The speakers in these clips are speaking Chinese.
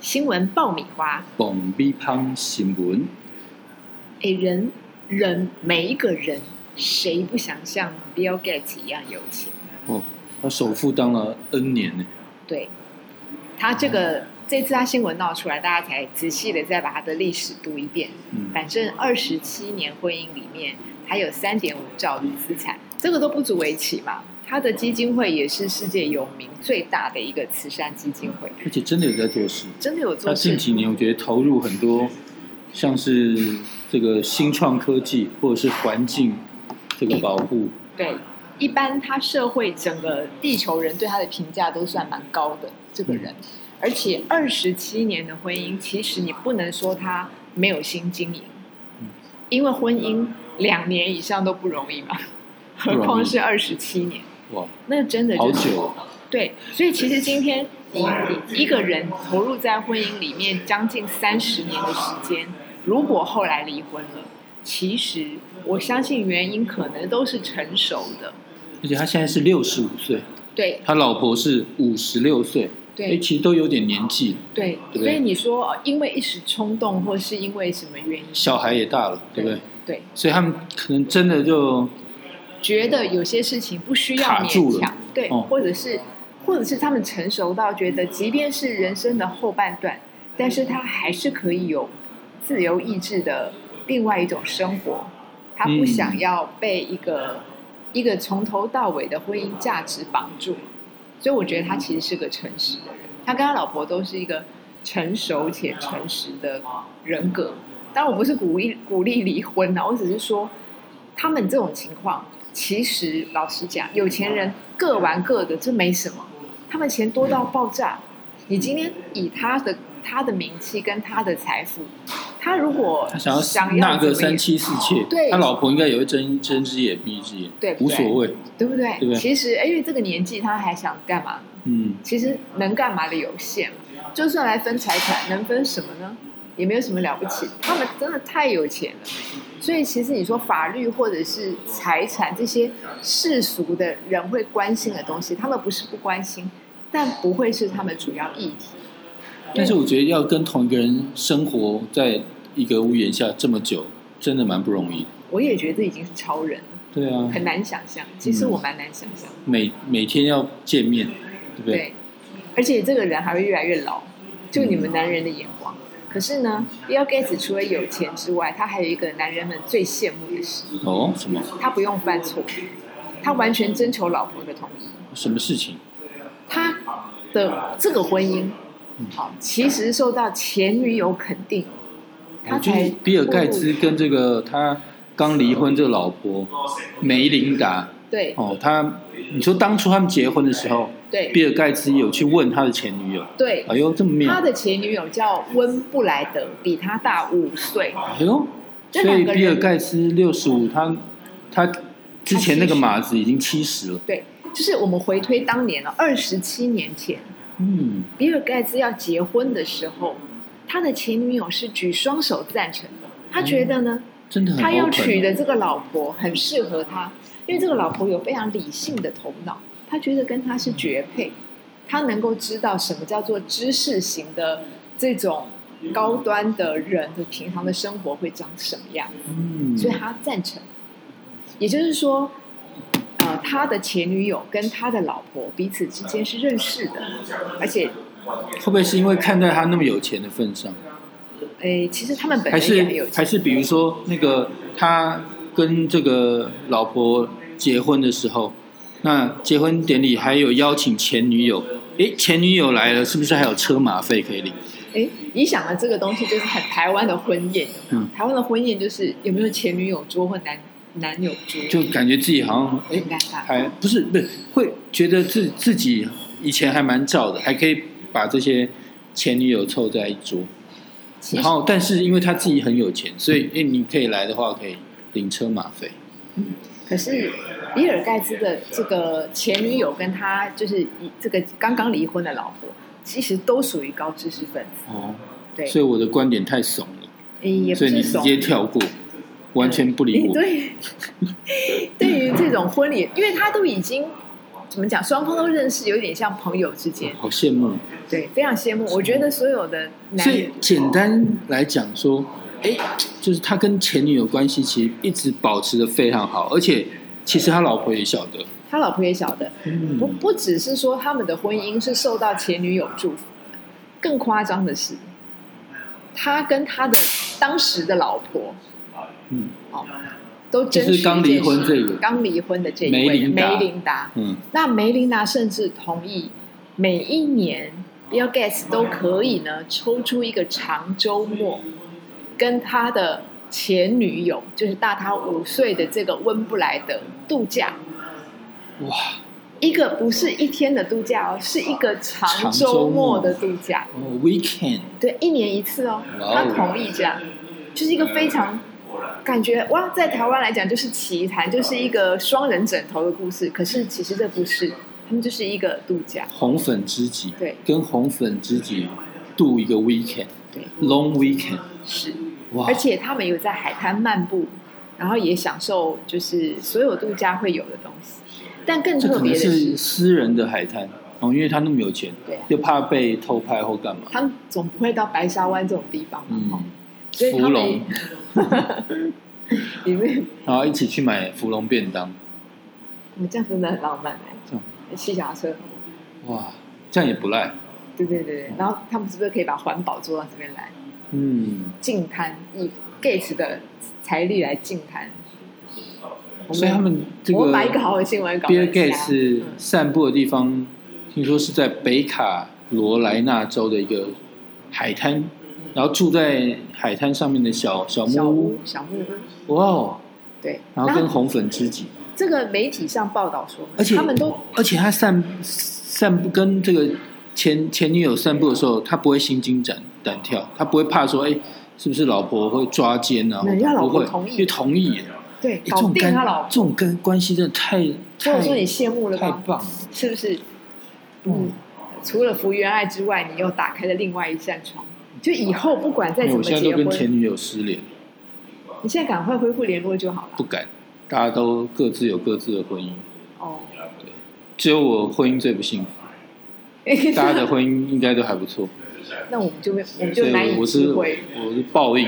新闻爆米花。蹦米芳新闻，诶，哎人人每一个人，谁不想像 Bill Gates 一样有钱？哦，他首富当了 N 年呢。对，他这个这次他新闻闹出来，大家才仔细的再把他的历史读一遍。嗯，反正二十七年婚姻里面，他有三点五兆的资产，这个都不足为奇嘛。他的基金会也是世界有名最大的一个慈善基金会，而且真的有在做事。真的有做他近事。几年我觉得投入很多，像是这个新创科技或者是环境这个保护。对，一般他社会整个地球人对他的评价都算蛮高的这个人，嗯而且二十七年的婚姻，其实你不能说他没有心经营嗯，因为婚姻两年以上都不容易嘛，何况是二十七年，哇，那真的好就是久哦，对，所以其实今天你你一个人投入在婚姻里面将近三十年的时间，如果后来离婚了，其实我相信原因可能都是成熟的。而且他现在是六十五岁，对他老婆是五十六岁，哎，对其实都有点年纪，对，对所以你说呃因为一时冲动，或是因为什么原因，小孩也大了，对不对？对，所以他们可能真的就觉得有些事情不需要卡住了勉强，对，哦或者是或者是他们成熟到觉得，即便是人生的后半段，但是他还是可以有自由意志的另外一种生活，他不嗯想要被一个、一个从头到尾的婚姻价值绑住，所以我觉得他其实是个诚实的人，他跟他老婆都是一个成熟且诚实的人格。当然，我不是鼓励鼓励离婚啊呐，我只是说，他们这种情况，其实老实讲，有钱人各玩各的，这没什么。他们钱多到爆炸，你今天以他的他的名气跟他的财富，他如果他想要想纳怎个么三样哦妻四妾，对他老婆应该也会睁睁只眼闭一只眼，对不无对所谓，对不对？对不对其实，哎因为这个年纪，他还想干嘛？嗯，其实能干嘛的有限，就算来分财产，能分什么呢？也没有什么了不起。他们真的太有钱了，所以其实你说法律或者是财产这些世俗的人会关心的东西，他们不是不关心，但不会是他们主要议题。但是我觉得要跟同一个人生活在一个屋檐下这么久，真的蛮不容易的。我也觉得这已经是超人了，对啊，很难想象。其嗯实我蛮难想象，每每天要见面，对嗯不对？对，而且这个人还会越来越老，就你们男人的眼光。可是呢，Bill Gates 除了有钱之外，他还有一个男人们最羡慕的事，哦，什么他不用犯错，他完全征求老婆的同意。什么事情？他的这个婚姻，嗯好，其实受到前女友肯定，他我觉才得哦比尔盖步茨入跟这个他刚离婚这个老婆梅琳达对哦，他你说当初他们结婚的时候，对比尔盖茨有去问他的前女友，对，哎呦这么他妙，的前女友叫温布莱德，比他大五岁，哎呦，这所两以个人比尔盖茨六十五，他他之前那个马子已经七十了，对，就是我们回推当年了，哦二十七年前，嗯，比尔盖茨要结婚的时候，他的前女友是举双手赞成的，他觉得呢。真哦的很他要 open 啊娶的这个老婆很适合他，因为这个老婆有非常理性的头脑，他觉得跟他是绝配，他能够知道什么叫做知识型的这种高端的人的平常的生活会长什么样，嗯，所以他赞成。也就是说，呃，他的前女友跟他的老婆彼此之间是认识的，而且，会不会是因为看在他那么有钱的份上，诶，其实他们本还来也很有是钱，还是比如说那个他跟这个老婆结婚的时候，那结婚典礼还有邀请前女友，诶，前女友来了，是不是还有车马费可以领？哎，你想的这个东西就是很台湾的婚宴，嗯台湾的婚宴就是有没有前女友桌或男男友桌，就感觉自己好像诶很尴尬。还不是不是会觉得自自己以前还蛮照的，还可以把这些前女友凑在一桌，其然实后但是因为他自己很有钱，所以诶哎你可以来的话可以领车马费。可是比尔盖茨的这个前女友跟他就是一这个刚刚离婚的老婆，其实都属于高知识分子，哦，对，所以我的观点太怂了。诶也不所以你是直怂。哎接跳过，完全不理诶 我。对，对于这种婚礼，因为他都已经怎么讲，双方都认识，有点像朋友之间，好羡慕。对，非常羡慕。我觉得所有的男所女以简单来讲说，哎，就是他跟前女友关系其实一直保持的非常好，而且其实他老婆也晓得。他老婆也晓得，嗯不不只是说他们的婚姻是受到前女友祝福的，更夸张的是，他跟他的当时的老婆嗯都争取就是刚离婚这一个件事刚离婚的这一梅位琳达梅琳达，嗯，那梅琳达甚至同意每一年 Bill Gates 都可以呢抽出一个长周末，跟他的前女友，就是大他五岁的这个温布莱德度假。哇，一个不是一天的度假哦，是一个长长周末周末的度假，哦，weekend，对，一年一次哦。哇哦他同意这样，就是一个非常感觉哇，在台湾来讲就是奇谈，就是一个双人枕头的故事。可是其实这不是，他们就是一个度假，红粉知己，对跟红粉知己度一个 weekend，long 对， weekend，是。哇，而且他们有在海滩漫步，然后也享受就是所有度假会有的东西。但更这特可别能的是是，私人的海滩哦，因为他那么有钱，对啊又怕被偷拍或干嘛，他们总不会到白沙湾这种地方嘛，哦嗯，所以他芙蓉们， 里面然后一起去买芙蓉便当，我这样真的很浪漫哎、这样骑脚踏车，哇，这样也不赖，对对对对，然后他们是不是可以把环保做到这边来，嗯，净滩以 Gates 的财力来净滩？我所以他们这我个把一个好的新闻搞 Bill 成这样 Gates 嗯散步的地方，听说是在北卡罗来纳州的一个海滩，然后住在海滩上面的小小小木屋屋，小木屋，哇哦，对，然后跟红粉知己，这个媒体上报道说，而且他们都而且他散散步跟这个前前女友散步的时候，他不会心惊胆胆跳，他不会怕说，哎，是不是老婆会抓奸啊？没有要老不婆会同意因为同意耶，对哎这搞种定干他老婆，这种跟关系真的太所以太我说你羡慕了太吧？棒了，是不是？嗯，除了福原爱之外，你又打开了另外一扇窗。就以后不管再怎因为哎我么现在都结跟婚，前女友失联。你现在赶快恢复联络就好了不。敢，大家都各自有各自的婚姻， 哦，只有我婚姻最不幸福， 大家的婚姻应该都还不错，那我们就没，我们所就以难以我体是会，我是报应，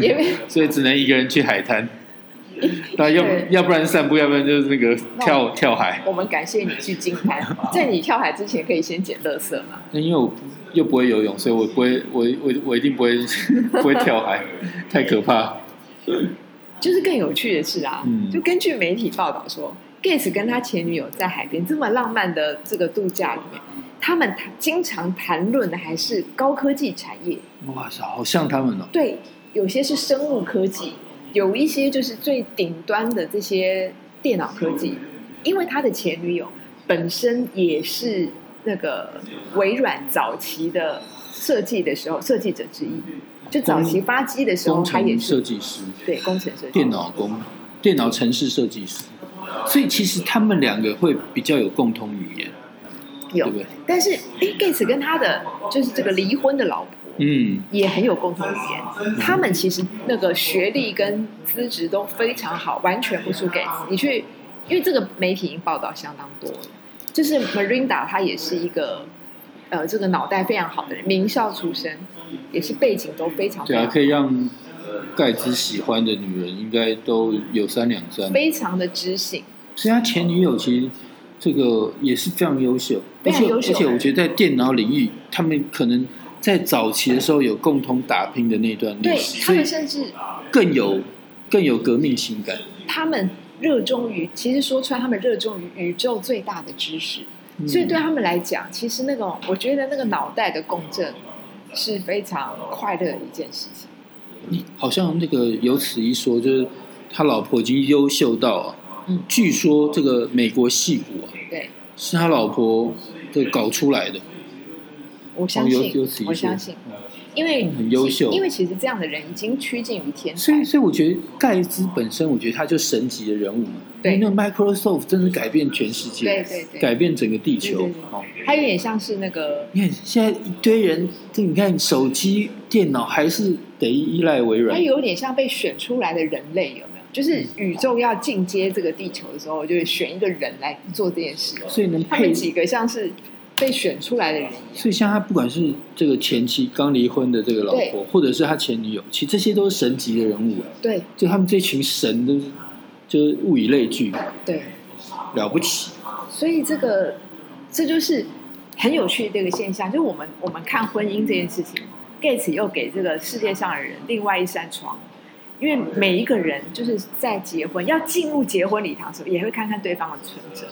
因为所以只能一个人去 海滩，那要对要不然散步，要不然就是那个那跳跳海，我们感谢你去金 滩，在你跳海之前可以先捡垃圾嘛。那因为我不又不会游泳，所以我不会，我我我一定 不会不会跳海，太可怕。就是更有趣的是啊，嗯就根据媒体报道说，Gates 跟他前女友在海边这么浪漫的这个度假里面，他们谈经常谈论的还是高科技产业，哇塞，好像他们哦，对，有些是生物科技，有一些就是最顶端的这些电脑科技。因为他的前女友本身也是那个微软早期的设计的时候设计者之一，就早期发机的时候，工哦他也程是设计师。对工程设计电脑工、电脑城市设计师，所以其实他们两个会比较有共同语言，对有不。对？但是，哎，Gates 跟他的就是这个离婚的老婆嗯，也很有共同语言。他们其实那个学历跟资质都非常好，完全不输 Gates。你去，因为这个媒体已经报道相当多了，就是 Marinda 她也是一个呃这个脑袋非常好的人，名校出身，也是背景都非常非对常啊，好可以让盖茨喜欢的女人应该都有三两三，非常的知性。所以他前女友其实这个也是非常优秀，非而常且优而秀且我觉得在电脑领域，他们可能在早期的时候有共同打拼的那段历对史，他所以们甚至更有更有革命情感。他们热衷于，其实说穿他们热衷于宇宙最大的知识。嗯所以对他啊们来讲，其实那种我觉得那个脑袋的共振是非常快乐的一件事情。好像那个有此一说，就是他老婆已经优秀到、啊，嗯据说这个美国戏骨啊，对是他老婆这搞出来的，我相哦有信有此一，说，我相信，因为嗯很优秀因为其实这样的人已经趋近于天所以，才。所以我觉得盖茨本身，我觉得他就神级的人物嘛。对因为那 Microsoft 真的改变全世界，对对对改变整个地球。对对对哦，他有点像是那个你看现在一堆人，这你看手机、电脑还是得依赖微他软。有点像被选出来的人类，有没有？就是宇宙要进阶这个地球的时候，就会选一个人来做这件事。所以能他配们，几个像是被选出来的人一样，所以像他不管是这个前妻刚离婚的这个老对婆，或者是他前女友，其实这些都是神级的人物，啊对就他们这群神都是就是物以类聚，对，了不起。所以这个这就是很有趣的一个现象，就是我们我们看婚姻这件事情，Gates 又给这个世界上的人另外一扇窗，因为每一个人就是在结婚要进入结婚礼堂的时候，也会看看对方的存折；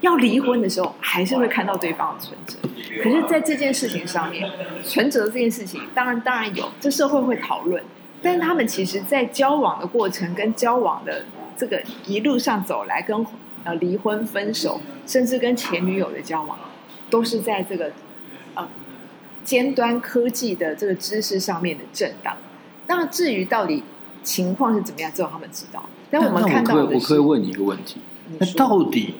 要离婚的时候，还是会看到对方的存折。可是，在这件事情上面，存折这件事情，当然当然有，这社会会讨论，但是他们其实在交往的过程跟交往的这个一路上走来，跟呃离婚、分手，甚至跟前女友的交往，都是在这个呃尖端科技的这个知识上面的震荡。那至于到底情况是怎么样，只有他们知道。但我那们那看可到不可以的我可以是，问你一个问题：你那说到底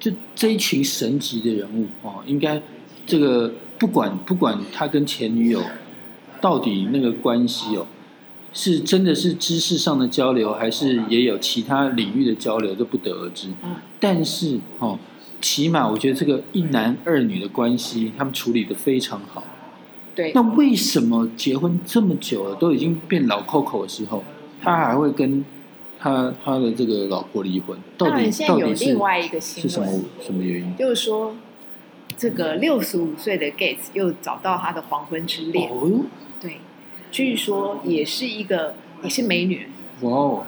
这这一群神级的人物哦，应该这个不管不管他跟前女友到底那个关系哦，是真的是知识上的交流，还是也有其他领域的交流，这不得而知。嗯但是哦，起码我觉得这个一男二女的关系，他们处理的非常好。对那为什么结婚这么久了，都已经变老扣扣的时候，他还会跟他他的这个老婆离婚？到当然底现在到有底是另外一个新是什闻么什么原因？就是说，这个六十五岁的 Gates 又找到他的黄昏之恋，哦哟，对，据说也是一个也是美女，哇哦，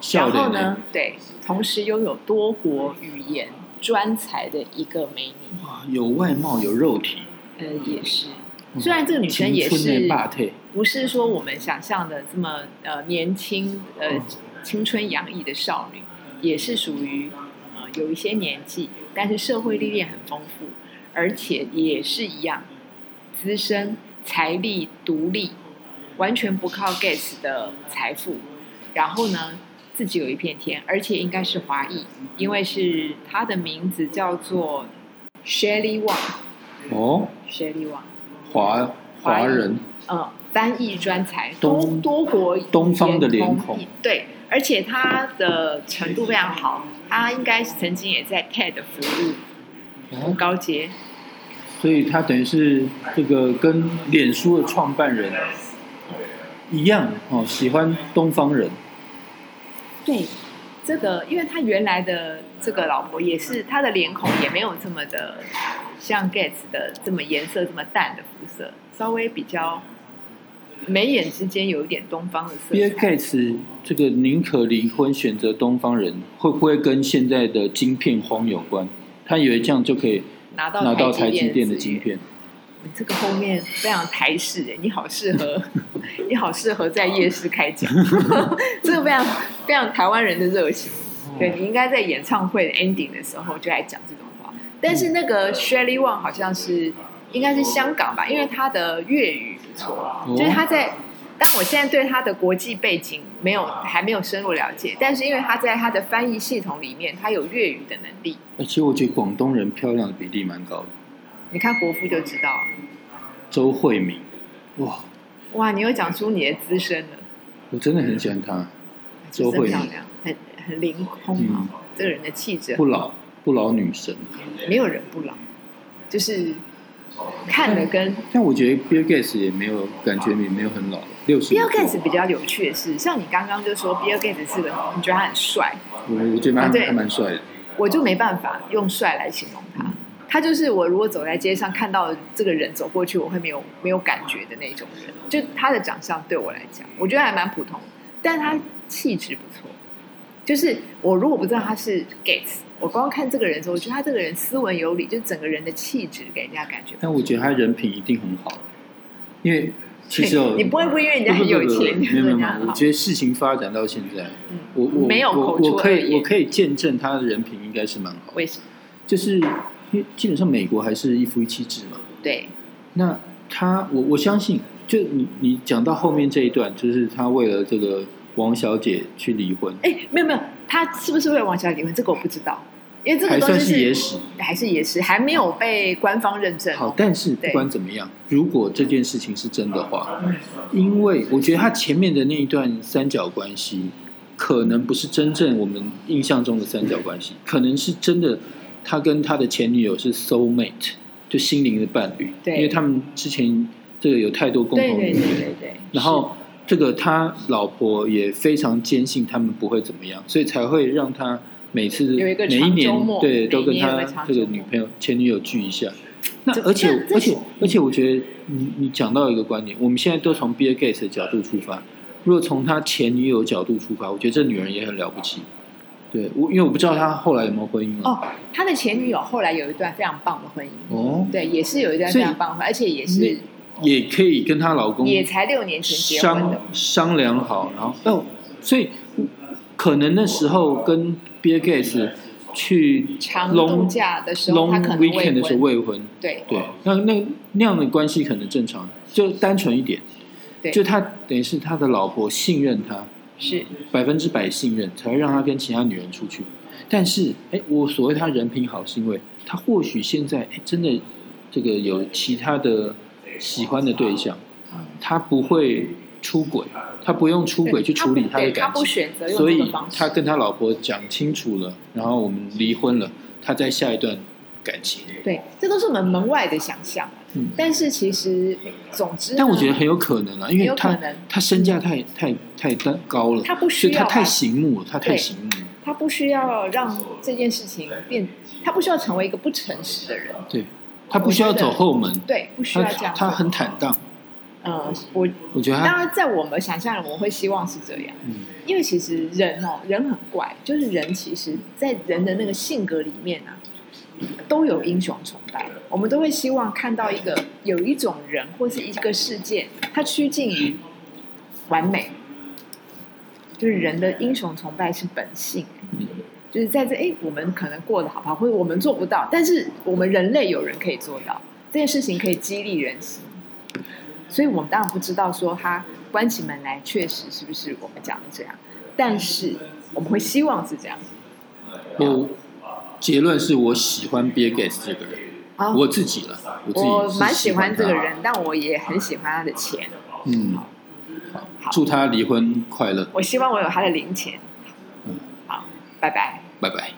笑啊然脸后呢，对，同时拥有多国语言专才的一个美女，哇，有外貌有肉体，呃，也是，嗯虽然这个女生也青春是的霸体，不是说我们想象的这么呃年轻呃嗯青春洋溢的少女，也是属于呃有一些年纪，但是社会历练很丰富，而且也是一样资深、财力独立，完全不靠 Gates 的财富，然后呢自己有一片天，而且应该是华裔，因为是她的名字叫做 Shelly Wang，Shelly 哦， Wang。华华人，呃翻译专才，多东多国语言东方的脸孔通译，对，而且他的程度非常好，他应该曾经也在 TED 服务哦高阶，所以他等于是这个跟脸书的创办人一样哦，喜欢东方人，对。这个，因为他原来的这个老婆也是，他的脸孔也没有这么的像 Gates 的这么颜色这么淡的肤色，稍微比较眉眼之间有一点东方的色比尔彩。盖茨这个宁可离婚选择东方人，会不会跟现在的晶片荒有关？他以为这样就可以拿到拿到台积电资源的晶片，你这个后面非常台式诶，你好适合，你好适合在夜市开讲，这个非常非常台湾人的热情。对你应该在演唱会的 ending 的时候就来讲这种话，但是那个 Shelly Wang 好像是应该是香港吧，因为她的粤语不哦错，哦就是她在。但我现在对她的国际背景没有还没有深入了解，但是因为她在她的翻译系统里面，她有粤语的能力，哎其实我觉得广东人漂亮的比例蛮高的，你看国父就知道了。周慧敏，哇，哇，你又讲出你的资深了。我真的很喜欢她，就周是慧敏漂亮，很很凌空啊、这个人的气质不，老不老女神。没有人不老，就是看了跟。但我觉得 Bill Gates 也没有感觉也没有很老，六十。 Bill Gates 比较有趣的是，像你刚刚就说 Bill Gates 是个，你觉得他很帅，我我觉得啊蛮对还蛮帅的。我就没办法用帅来形容他。他就是我如果走在街上看到这个人走过去，我会没有没有感觉的那种人。就他的长相对我来讲，我觉得还蛮普通，但他气质不错。就是我如果不知道他是 Gates，我光看这个人的时候，我觉得他这个人斯文有礼，就整个人的气质给人家感觉。但我觉得他人品一定很好，因为其实 ，哦你不会不会因为人家很有钱，不不不不没有没有人没家有，好我觉得事情发展到现在，嗯我我没有我口出我可恶以言我可以见证他的人品应该是蛮好的，为什么？就是因为基本上美国还是一夫一妻制嘛。对，那他我我相信，就你你讲到后面这一段，就是他为了这个王小姐去离婚，哎，没有没有，他是不是为了王小姐离婚？这个我不知道，因为这个还东算西是野史。还是也是还没有被官方认证。好，但是不对管怎么样，如果这件事情是真的话，因为我觉得他前面的那一段三角关系，可能不是真正我们印象中的三角关系，可能是真的他跟他的前女友是 soul mate，就心灵的伴侣，对因为他们之前这个有太多共对同对语对言，对对。然后这个他老婆也非常坚信他们不会怎么样，所以才会让他每次有一个每一长年周末对都每跟年有他个长这个周末女朋友前女友聚一下。那这而且这这而且是而且，我觉得你你讲到一个观点，我们现在都从 Bill Gates 的角度出发，如果从他前女友角度出发，我觉得这女人也很了不起。对，我因为我不知道她后来有没有婚姻啊。哦，他的前女友后来有一段非常棒的婚姻，哦，对，也是有一段所非以常棒的婚姻，而且也是也可以跟她老公也才六年前结婚的商，商量好，然后哦，所以可能那时候跟 Bill Gates 去长 long 度假的时候他 long 可能 weekend 未的时候婚，未婚，对对，那那那样的关系可能正常，就单纯一点，对就他等于是他的老婆信任他，是百分之百信任，才会让他跟其他女人出去。但是，哎，我所谓他人品好，是因为他或许现在哎真的这个有其他的喜欢的对象，他不会出轨，他不用出轨去处理他不的对感不情，选择用所这个以方他式，跟他老婆讲清楚了，然后我们离婚了，他在下一段感情。对，这都是我们门外的想象。啊嗯但是其实，总之呢，但我觉得很有可能啊，因为有可他能他身价太太太高了，他不所需以要他啊太醒目了，他太对醒目了，他不需要让这件事情变，他不需要成为一个不诚实的人，对他不需要我觉得走后门，对，不需他要这样他做。很啊坦荡，嗯，我我觉得当他然在我们想象，我们会希望是这样。嗯因为其实人哦，人很怪，就是人其实，在人的那个性格里面啊，都有英雄崇拜。我们都会希望看到一个有一种人或是一个事件，它趋近于完美，就是人的英雄崇拜是本性。嗯就是在这，哎，我们可能过得好不好，或者我们做不到，但是我们人类有人可以做到这件事情，可以激励人心。所以我们当然不知道说他关起门来确实是不是我们讲的这样，但是我们会希望是这样。我结论是我喜欢 Bill Gates 这个人，啊，我自己了，我自己我是蛮喜喜欢欢他这个，人，但我也很喜欢他的钱。嗯，祝他离婚快乐，嗯我希望我有他的零钱。好，拜拜。拜拜。